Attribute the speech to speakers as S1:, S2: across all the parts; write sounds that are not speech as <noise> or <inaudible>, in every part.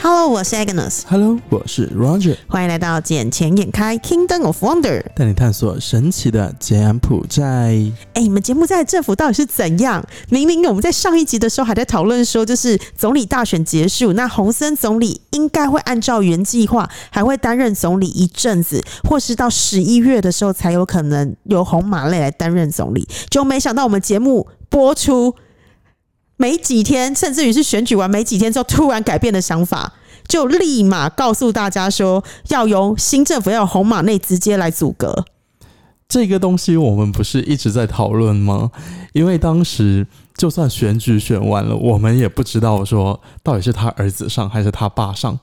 S1: Hello，我是 Agnes，
S2: Hello，我是 Roger，
S1: 欢迎来到《眼前眼开 Kingdom of Wonder》。
S2: 带你探索神奇的柬埔寨。
S1: 哎，你们节目在政府到底是怎样？明明我们在上一集的时候还在讨论说，就是总理大选结束，那洪森总理应该会按照原计划，还会担任总理一阵子，或是到十一月的时候才有可能由红马类来担任总理。就没想到我们节目播出没几天，甚至于是选举完没几天之后，突然改变了想法。就立马告诉大家说，要由新政府要由红马内直接来阻隔。
S2: 这个东西我们不是一直在讨论吗？因为当时就算选举选完了，我们也不知道说到底是他儿子上还是他爸上。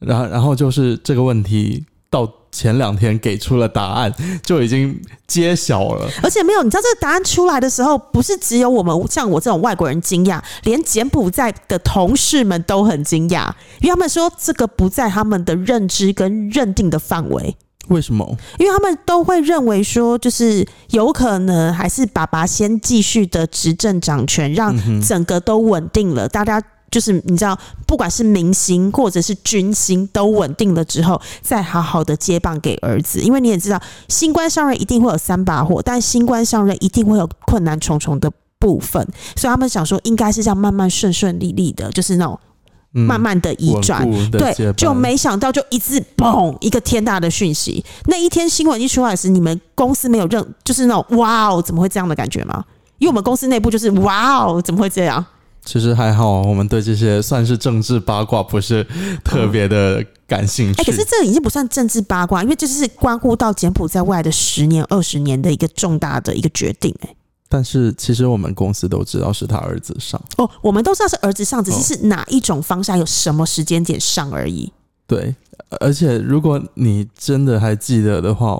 S2: 然后然后就是这个问题，到前两天给出了答案，就已经揭晓了。
S1: 而且没有，你知道这个答案出来的时候，不是只有我们像我这种外国人惊讶，连柬埔寨的同事们都很惊讶，因为他们说这个不在他们的认知跟认定的范围。
S2: 为什么？
S1: 因为他们都会认为说，就是有可能还是爸爸先继续的执政掌权，让整个都稳定了，大家。就是你知道，不管是明星或者是军星都稳定了之后，再好好的接棒给儿子，因为你也知道，新官上任一定会有三把火，但新官上任一定会有困难重重的部分，所以他们想说，应该是这样慢慢顺顺利利的，就是那种
S2: 嗯
S1: 慢慢的移转，
S2: 稳固的接
S1: 对，
S2: 班
S1: 就没想到就一次嘣一个天大的讯息。那一天新闻一出来时，你们公司没有任就是那种哇哦怎么会这样的感觉吗？因为我们公司内部就是哇哦怎么会这样？
S2: 其实还好，我们对这些算是政治八卦不是特别的感兴趣。
S1: 哎、可是这已经不算政治八卦，因为这是关乎到柬埔寨未来的十年二十年的一个重大的一个决定、哎，
S2: 但是其实我们公司都知道是他儿子上。
S1: 哦，我们都知道是儿子上，只是
S2: 哦
S1: 是哪一种方向，有什么时间点上而已。
S2: 对，而且如果你真的还记得的话，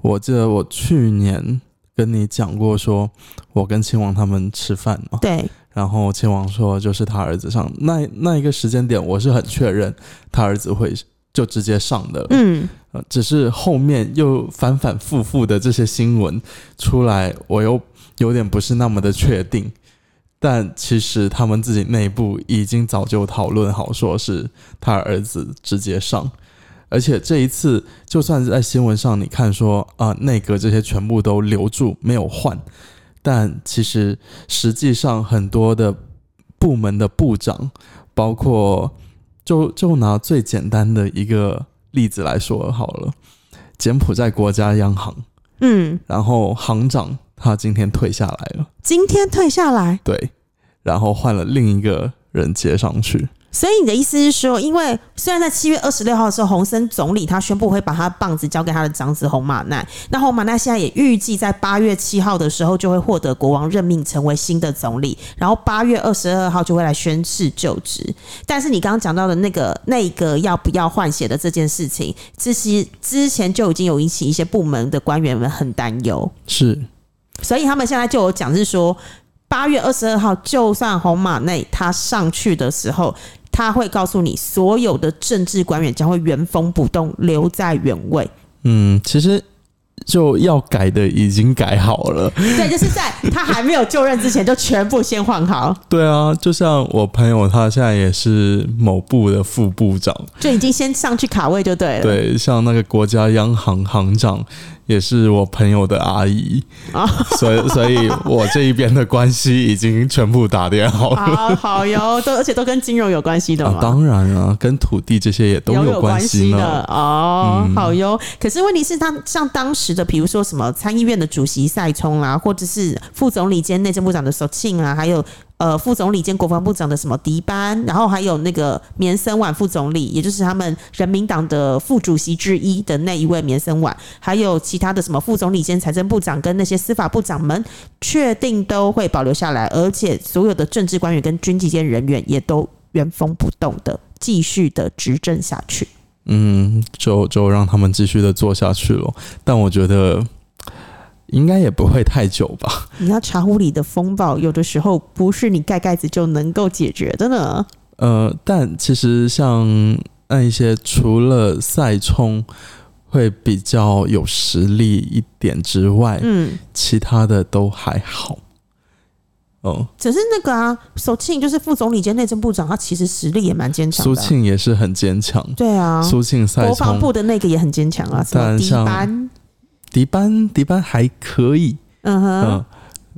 S2: 我记得我去年跟你讲过说，我跟亲王他们吃饭嘛，
S1: 对，
S2: 然后亲王说就是他儿子上那那一个时间点，我是很确认他儿子会就直接上的了，
S1: 嗯，
S2: 呃只是后面又反反复复的这些新闻出来，我又有点不是那么的确定。但其实他们自己内部已经早就讨论好，说是他儿子直接上。而且这一次，就算是在新闻上你看说啊、内阁这些全部都留住没有换，但其实实际上很多的部门的部长，包括就就拿最简单的一个例子来说好了，柬埔寨国家央行，
S1: 嗯，
S2: 然后行长他今天退下来了，
S1: 今天退下来，
S2: 对，然后换了另一个人接上去，
S1: 所以你的意思是说，因为虽然在七月二十六号的时候，洪森总理他宣布会把他棒子交给他的长子洪马奈，那洪马奈现在也预计在八月七号的时候就会获得国王任命成为新的总理，然后八月二十二号就会来宣誓就职。但是你刚刚讲到的那个内阁要不要换血的这件事情，其实之前就已经有引起一些部门的官员们很担忧。
S2: 是
S1: 所以他们现在就有讲是说，八月二十二号，就算红马内他上去的时候，他会告诉你，所有的政治官员将会原封不动留在原位。
S2: 嗯，其实就要改的已经改好了，
S1: <laughs> 对，就是 <laughs> 在他还没有就任之前，就全部先换好，
S2: 对啊，就像我朋友他现在也是某部的副部长，
S1: 就已经先上去卡位就对了。
S2: 对，像那个国家央行行长也是我朋友的阿姨，
S1: 啊
S2: 所以所以我这一边的关系已经全部打点好了。
S1: 好好哟，都而且都跟金融有关系的嘛。
S2: 啊，当然啊，跟土地这些也都
S1: 有
S2: 关
S1: 系
S2: 呢。嗯
S1: 的哦，好哟。可是问题是他，像当时的，比如说什么参议院的主席赛聪啦，啊或者是副总理兼内政部长的索庆啊，还有呃副总理兼国防部长的什么迪班，然后还有那个棉森婉副总理，也就是他们人民党的副主席之一的那一位棉森婉，还有其他的什么副总理兼财政部长跟那些司法部长们，确定都会保留下来，而且所有的政治官员跟军级间人员也都原封不动的继续的执政下去。
S2: 嗯，就就让他们继续的做下去咯。但我觉得应该也不会太久吧。
S1: 你要茶壶里的风暴，有的时候不是你盖盖子就能够解决的呢。
S2: 呃，但其实像那一些除了赛冲会比较有实力一点之外，
S1: 嗯，
S2: 其他的都还好。嗯，
S1: 只是那个啊，首庆就是副总理兼内政部长，他其实实力也蛮坚强
S2: 苏
S1: 的啊。
S2: 庆也是很坚强，
S1: 对啊，
S2: 苏庆赛
S1: 国防
S2: 冲
S1: 部的那个也很坚强啊，什么
S2: 但
S1: 迪
S2: 像
S1: 班，
S2: 迪班，迪班还可以，
S1: 嗯哼。
S2: 嗯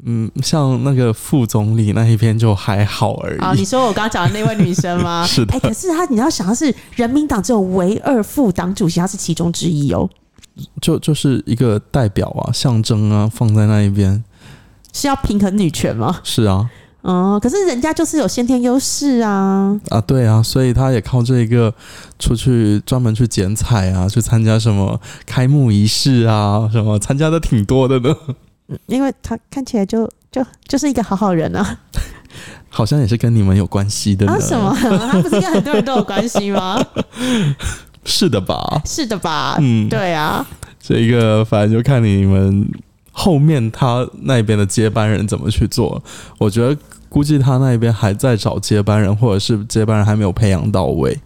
S2: 嗯，像那个副总理那一边就还好而
S1: 啊，
S2: 已
S1: 你，说我刚讲的那位女生吗？
S2: <laughs> 是的
S1: 哎、可是她，你要想，她是人民党只有唯二副党主席，她是其中之一哦，
S2: <laughs> 就就是一个代表啊、象征啊，放在那一边。
S1: 是要平衡女权吗？
S2: 是
S1: <laughs>
S2: 啊，
S1: 嗯，可是人家就是有先天优势啊。
S2: 啊，对啊，所以他也靠这个出去专门去剪彩啊，去参加什么开幕仪式啊，什么参加的挺多的呢， <laughs>
S1: 因为他看起来就就就是一个好好人啊，
S2: 好像也是跟你们有关系的呢，
S1: 啊什么？ <laughs> 他不是跟很多人都有关系吗？ <laughs>
S2: 是的吧？
S1: 是的吧？
S2: 嗯，
S1: 对啊，
S2: 这个反正就看你们后面他那边的接班人怎么去做。我觉得估计他那边还在找接班人，或者是接班人还没有培养到位。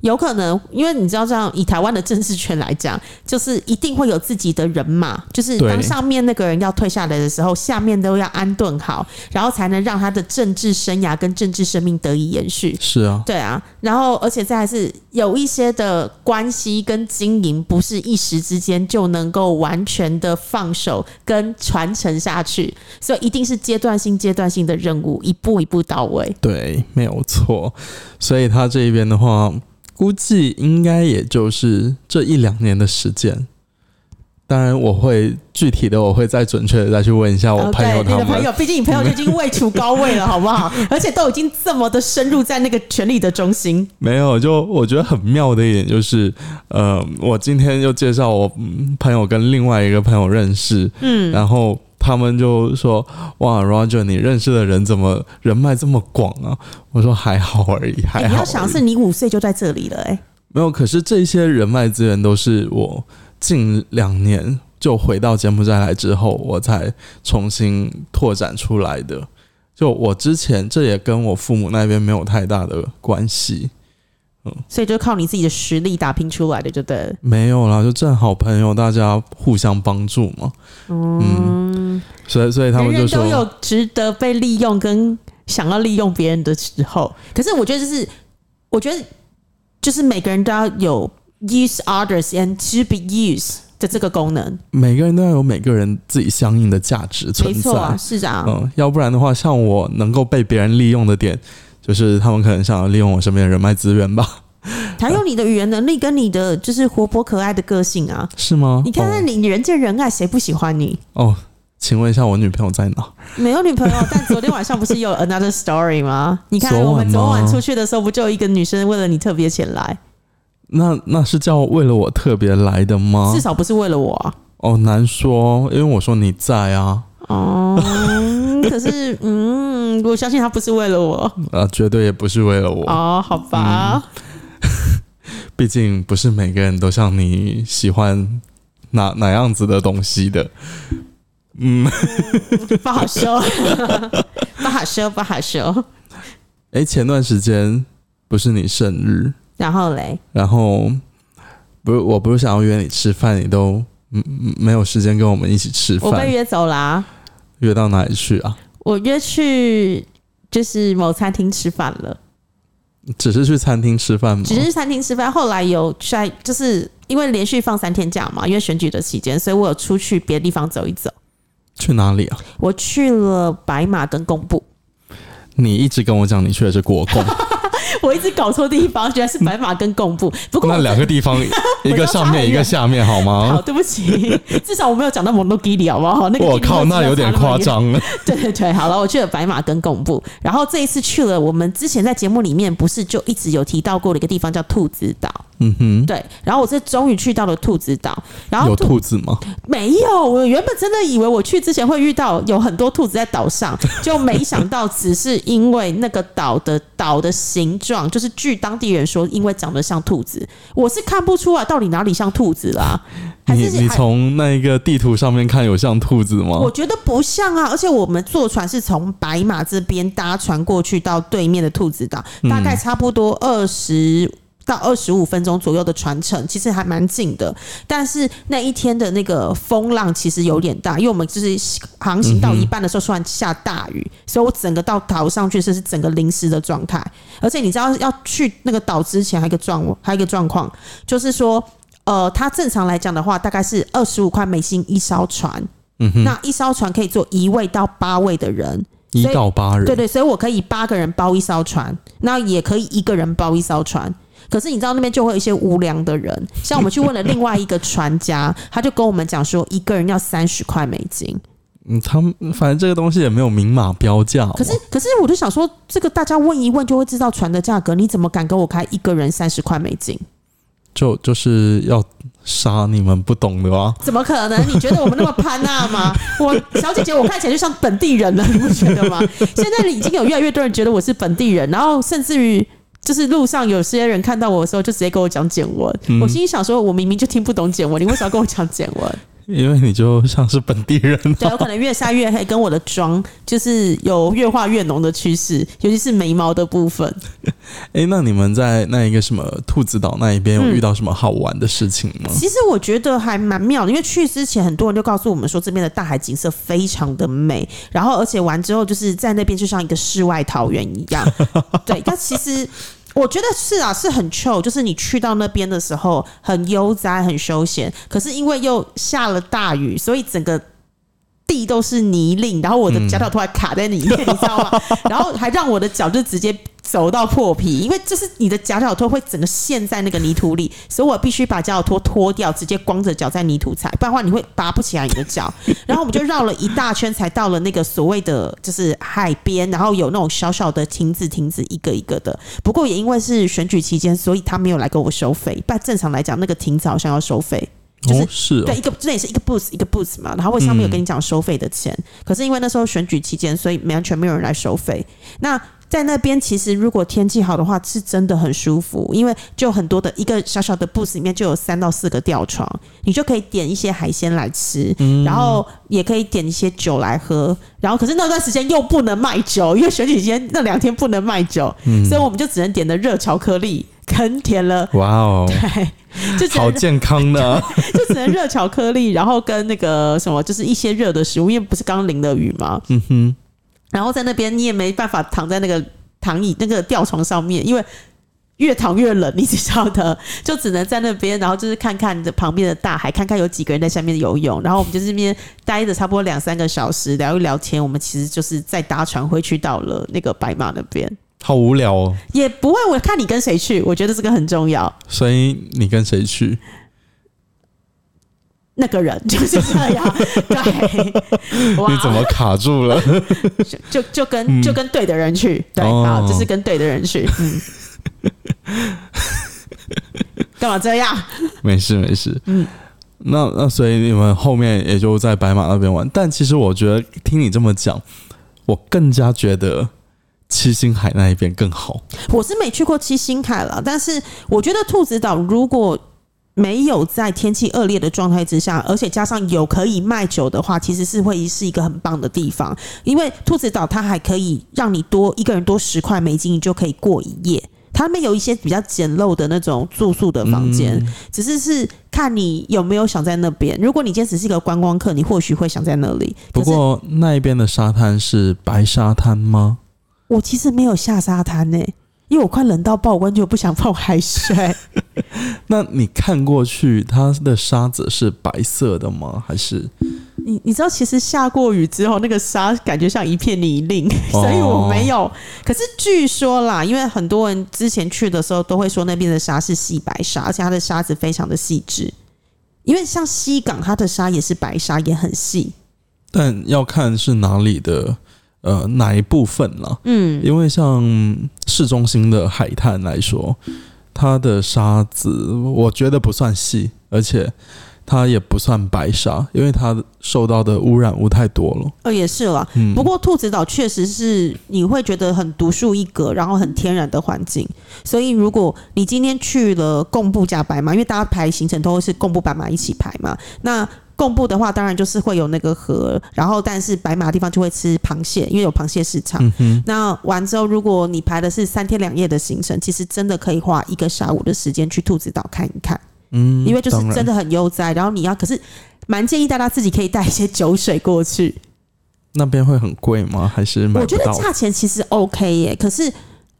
S1: 有可能，因为你知道，这样以台湾的政治圈来讲，就是一定会有自己的人马，就是
S2: 对
S1: 当上面那个人要退下来的时候，下面都要安顿好，然后才能让他的政治生涯跟政治生命得以延续。
S2: 是啊，
S1: 对啊，然后而且再还是有一些的关系跟经营，不是一时之间就能够完全的放手跟传承下去，所以一定是阶段性、阶段性的任务，一步一步到位。
S2: 对，没有错。所以他这边的话，估计应该也就是这一两年的时间。当然，我会具体的，我会再准确的再去问一下我
S1: 哦
S2: 朋
S1: 对
S2: 友他
S1: 你的
S2: 们。
S1: 朋友，毕竟你朋友就已经位处高位了，好不好？而且都已经这么的深入在那个权力的中心，
S2: 没有，就我觉得很妙的一点就是，呃，我今天又介绍我嗯朋友跟另外一个朋友认识，
S1: 嗯，
S2: 然后他们就说：“哇，Roger，你认识的人怎么人脉这么广啊？”我说：“还好而已，
S1: 哎
S2: 还
S1: 你
S2: 好而
S1: 要
S2: 已。
S1: 想是你五岁就在这里了、哎，
S2: 没有，可是这些人脉资源都是我近两年就回到柬埔寨来之后，我才重新拓展出来的。就我之前，这也跟我父母那边没有太大的关系。
S1: 所以就靠你自己的实力打拼出来的，就对了。
S2: 没有啦，就正好朋友，大家互相帮助嘛。嗯，所以所以他们
S1: 人
S2: 就
S1: 人都有
S2: 说，
S1: 值得被利用跟想要利用别人的时候，可是我觉得就是，我觉得就是每个人都要有 use others and to be used 的这个功能，
S2: 每个人都要有每个人自己相应的价值
S1: 没
S2: 存
S1: 错啊，
S2: 在。
S1: 是啊，
S2: 嗯，要不然的话，像我能够被别人利用的点，就是他们可能想要利用我身边的人脉资源
S1: <laughs>
S2: 吧？
S1: 还有你的语言能力跟你的就是活泼可爱的个性啊，
S2: 是吗？
S1: 你看看你，你人见人爱，谁不喜欢你？
S2: 哦哦，请问一下，我女朋友在哪？
S1: 没有女朋
S2: <laughs>
S1: 友，但昨天晚上不是有 another story 吗？你看
S2: 昨晚
S1: 我们昨晚
S2: 吗
S1: 出去的时候，不就有一个女生为了你特别前来，
S2: 那那是叫为了我特别来的吗
S1: 至？少不是为了我啊、
S2: 哦，难说，因为我说你在啊， <laughs>
S1: 哦，可是嗯，我相信他不是为了我
S2: 呃，绝对也不是为了我。嗯
S1: 哦，好吧，
S2: 毕竟不是每个人都像你喜欢哪哪样子的东西的。嗯， <laughs>
S1: 不好说， <laughs> 不好说，不好说。
S2: 诶，前段时间不是你生日，
S1: 然后嘞，
S2: 然后不是我不是想要约你吃饭，你都嗯嗯没有时间跟我们一起吃
S1: 我被
S2: 饭，
S1: 约走啦、
S2: 约到哪里去啊？
S1: 我约去就是某餐厅吃饭了。
S2: 哦只是去餐厅吃饭吗？
S1: 只是餐厅吃饭，后来有在，就是因为连续放三天假嘛，因为选举的期间，所以我有出去别的地方走一走。
S2: 去哪里啊？
S1: 我去了白马跟工部，
S2: 你一直跟我讲你去的是国
S1: <laughs>
S2: 共，
S1: 我一直搞错地方，居然是白马跟工部。不过
S2: 那两个
S1: <laughs>
S2: 地方一个上面一个下面好
S1: 好，
S2: 吗？
S1: 对不起， <laughs> 至少我没有讲到蒙多基里，好不好？那个
S2: 我靠，那有点夸。张了。
S1: <laughs> 对对对，好了，我去了白马跟贡布，然后这一次去了我们之前在节目里面不是就一直有提到过的一个地方叫兔子岛，
S2: 嗯哼，
S1: 对，然后我这终于去到了兔子岛，然后
S2: 有兔子吗？
S1: 没有，我原本真的以为我去之前会遇到有很多兔子在岛
S2: <laughs>
S1: 上，就没想到只是因为那个岛的岛的形状，就是据当地人说，因为长得像兔子，我是看不出来到底哪里像兔子啦，还
S2: 你
S1: 是
S2: 你
S1: 还
S2: 从那个地图上面看有像兔子吗
S1: 我？觉得不像啊，而且我们坐船是从白马这边搭船过去到对面的兔子岛，大概差不多二十到二十五分钟左右的船程，其实还蛮近的。但是那一天的那个风浪其实有点大，因为我们就是航行到一半的时候突然下大雨，所以我整个到岛上去是整个临时的状态。而且你知道要去那个岛之前还有一个状，还有一个状况就是说，呃，它正常来讲的话，大概是二十五块美金一艘船。那一艘船可以坐一位到八位的人，
S2: 一
S1: 所以
S2: 到八人，
S1: 对对，所以我可以八个人包一艘船，那也可以一个人包一艘船。可是你知道那边就会有一些无良的人，像我们去问了另外一个船家，他就跟我们讲说，一个人要三十块美金。
S2: 嗯，他们反正这个东西也没有明码标价嘛，
S1: 可是，可是我就想说，这个大家问一问就会知道船的价格，你怎么敢跟我开一个人三十块美金？
S2: 就就是要杀你们不懂的啊！
S1: 怎么可能？你觉得我们那么潘娜吗？我小姐姐，我看起来就像本地人了，你 <laughs> 不觉得吗？现在已经有越来越多人觉得我是本地人，然后甚至于就是路上有些人看到我的时候，就直接跟我讲简文。我心里想说，我明明就听不懂简文，你为什么要跟我讲简文？
S2: 因为你就像是本地人、啊
S1: 对，有可能越晒越黑，跟我的妆就是有越化越浓的趋势，尤其是眉毛的部分。
S2: 哎、那你们在那一个什么兔子岛那一
S1: 嗯
S2: 边有遇到什么好玩的事情吗？
S1: 其实我觉得还蛮妙的，因为去之前很多人就告诉我们说，这边的大海景色非常的美，然后而且玩之后就是在那边就像一个世外桃源一样。对，但其实。我觉得是啊，是很 chill，就是你去到那边的时候很悠哉、很休闲。可是因为又下了大雨，所以整个地都是泥泞，然后我的脚脚突然卡在里面，你知道吗？然后还让我的脚就直接走到破皮，因为就是你的脚脚拖会整个陷在那个泥土里，所以我必须把脚脚拖脱掉，直接光着脚在泥土踩，不然的话你会拔不起来你的脚。然后我们就绕了一大圈，才到了那个所谓的就是海边，然后有那种小小的亭子，亭子一个一个的。不过也因为是选举期间，所以他没有来给我收费，不然正常来讲那个亭子好像要收费。就是
S2: 哦，是哦
S1: 对，一个这也是一个 booth 一个 booth 嘛，然后为上面有跟你讲收费的钱，可是因为那时候选举期间，所以完全没有人来收费。那在那边其实如果天气好的话，是真的很舒服，因为就很多的一个小小的 booth 里面就有三到四个吊床，你就可以点一些海鲜来吃，然后也可以点一些酒来喝。然后可是那段时间又不能卖酒，因为选举期间那两天不能卖酒，所以我们就只能点的热巧克力跟甜了， <laughs>
S2: 哇哦，
S1: 就只能
S2: 好健康的啊
S1: 就只能热巧克力， <laughs> 然后跟那个什么，就是一些热的食物，因为不是刚淋了雨嘛。嗯哼。然后在那边你也没办法躺在那个躺椅、那个吊床上面，因为越躺越冷，你只晓得，就只能在那边，然后就是看看你的旁边的大海，看看有几个人在下面游泳。然后我们就这边待着差不多两三个小时，聊一聊天。我们其实就是再搭船回去到了那个白马那边，
S2: 好无聊哦。
S1: 也不会。我看你跟谁去，我觉得这个很重要。
S2: 所以你跟谁去？
S1: 那个人 <laughs> 就是这样，对，哇
S2: 你怎么卡住了？
S1: 就就跟就跟对的人去，对，
S2: 哦
S1: 好，就是跟对的人去，嗯。干嘛这样？
S2: 没事没事，嗯。那那所以你们后面也就在白马那边玩，但其实我觉得听你这么讲，我更加觉得七星海那一边更好。
S1: 我是没去过七星海了，但是我觉得兔子岛如果没有在天气恶劣的状态之下，而且加上有可以卖酒的话，其实是会是一个很棒的地方。因为兔子岛它还可以让你多一个人多十块美金，你就可以过一夜。他们有一些比较简陋的那种住宿的房
S2: 嗯
S1: 间，只是是看你有没有想在那边。如果你今天只是一个观光客，你或许会想在那里。
S2: 不
S1: 可是
S2: 过那一边的沙滩是白沙滩吗？
S1: 我其实没有下沙滩呢、因为我快冷到爆，我完全不想泡海
S2: <laughs>
S1: 水。
S2: 那你看过去，它的沙子是白色的吗？还是
S1: 你你知道，其实下过雨之后，那个沙感觉像一片泥泞，
S2: 哦
S1: 所以我没有。可是据说啦，因为很多人之前去的时候都会说那边的沙是细白沙，而且它的沙子非常的细致。因为像西港，它的沙也是白沙，也很细。
S2: 但要看是哪里的，呃，哪一部分啦。
S1: 嗯，
S2: 因为像市中心的海滩来说，它的沙子我觉得不算细，而且它也不算白沙，因为它受到的污染物太多了。
S1: 呃，也是啦。
S2: 嗯，
S1: 不过兔子岛确实是你会觉得很独树一格，然后很天然的环境。所以如果你今天去了贡布加白马，因为大家排行程都是贡布白马一起排嘛，那。贡布的话，当然就是会有那个河，然后但是白马的地方就会吃螃蟹，因为有螃蟹市场。
S2: 嗯哼，
S1: 那完之后，如果你排的是三天两夜的行程，其实真的可以花一个下午的时间去兔子岛看一看，
S2: 嗯，
S1: 因为就是
S2: 当然
S1: 真的很悠哉。然后你要，可是蛮建议大家自己可以带一些酒水过去，
S2: 那边会很贵吗？还是买
S1: 我
S2: 不
S1: 觉得
S2: 到？
S1: 价钱其实 OK 耶，可是。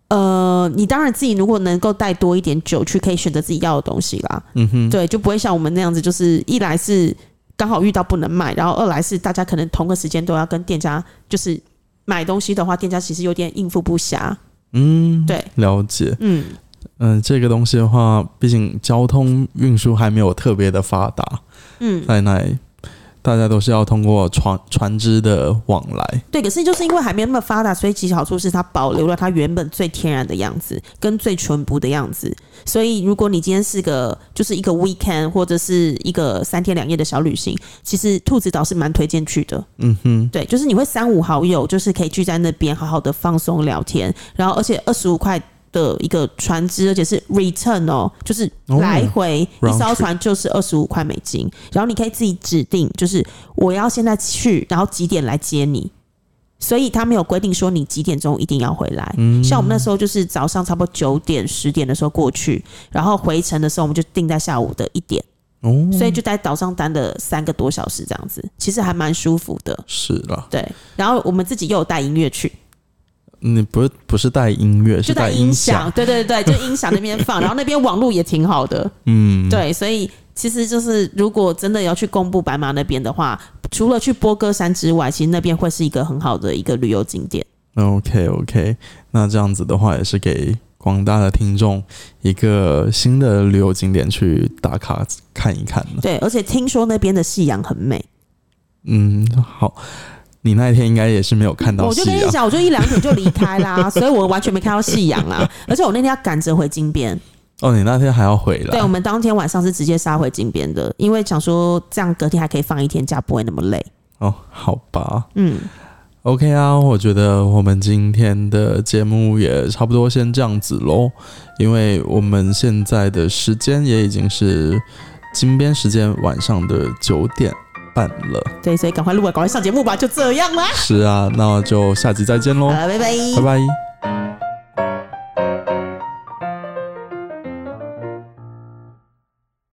S1: 呃，你当然自己如果能够带多一点酒去，可以选择自己要的东西啦。
S2: 嗯哼，
S1: 对，就不会像我们那样子，就是一来是刚好遇到不能买，然后二来是大家可能同个时间都要跟店家，就是买东西的话，店家其实有点应付不暇。
S2: 嗯，
S1: 对，
S2: 了解。
S1: 嗯，
S2: 嗯、这个东西的话，毕竟交通运输还没有特别的发达，
S1: 嗯，
S2: 在那里大家都是要通过船船只的往来。
S1: 对。可是就是因为还没有那么发达，所以其实好处是它保留了它原本最天然的样子跟最淳朴的样子。所以如果你今天是个就是一个 weekend 或者是一个三天两夜的小旅行，其实兔子岛是蛮推荐去的。
S2: 嗯哼，
S1: 对，就是你会三五好友，就是可以聚在那边好好的放松聊天，然后而且二十五块。的一个船只，而且是 return 哦，就是
S2: 哦
S1: 来回、
S2: round
S1: 一艘
S2: trip
S1: 船就是二十五块美金，然后你可以自己指定，就是我要现在去，然后几点来接你，所以他没有规定说你几点钟一定要回来。
S2: 嗯
S1: 像我们那时候就是早上差不多九点十点的时候过去，然后回程的时候我们就定在下午的一点，
S2: 哦，
S1: 所以就在岛上待了三个多小时这样子，其实还蛮舒服的。
S2: 是啦，
S1: 对，然后我们自己又有带音乐去，
S2: 你不是不是带音乐，
S1: 就是
S2: 带
S1: 音
S2: 响。，
S1: 对对对，就音响那边放，然后那边网络也挺好的，
S2: 嗯，，
S1: 对，所以其实就是如果真的要去公布白马那边的话，除了去波哥山之外，其实那边会是一个很好的一个旅游景点。
S2: OK OK，那这样子的话也是给广大的听众一个新的旅游景点去打卡看一看呢。
S1: 对，而且听说那边的夕阳很美，
S2: 嗯，好，你那一天应该也是没有看到
S1: 我就
S2: 戏
S1: 跟你
S2: 啊。
S1: 讲，我就一两点就离开啦，所以我完全没看到夕阳啦。而且我那天要赶着回金边，
S2: 哦，你那天还要回来
S1: 对，我们当天晚上是直接杀回金边的，因为想说这样隔天还可以放一天假，不会那么累。
S2: 哦？好吧
S1: 嗯，
S2: ，OK 啊，我觉得我们今天的节目也差不多先这样子喽，因为我们现在的时间也已经是金边时间晚上的九点半了。啊
S1: 对，啊所以赶快录完，赶快上节目吧，就这样啦。
S2: 是啊，那就下集再见喽，
S1: 好了，拜拜
S2: 拜拜。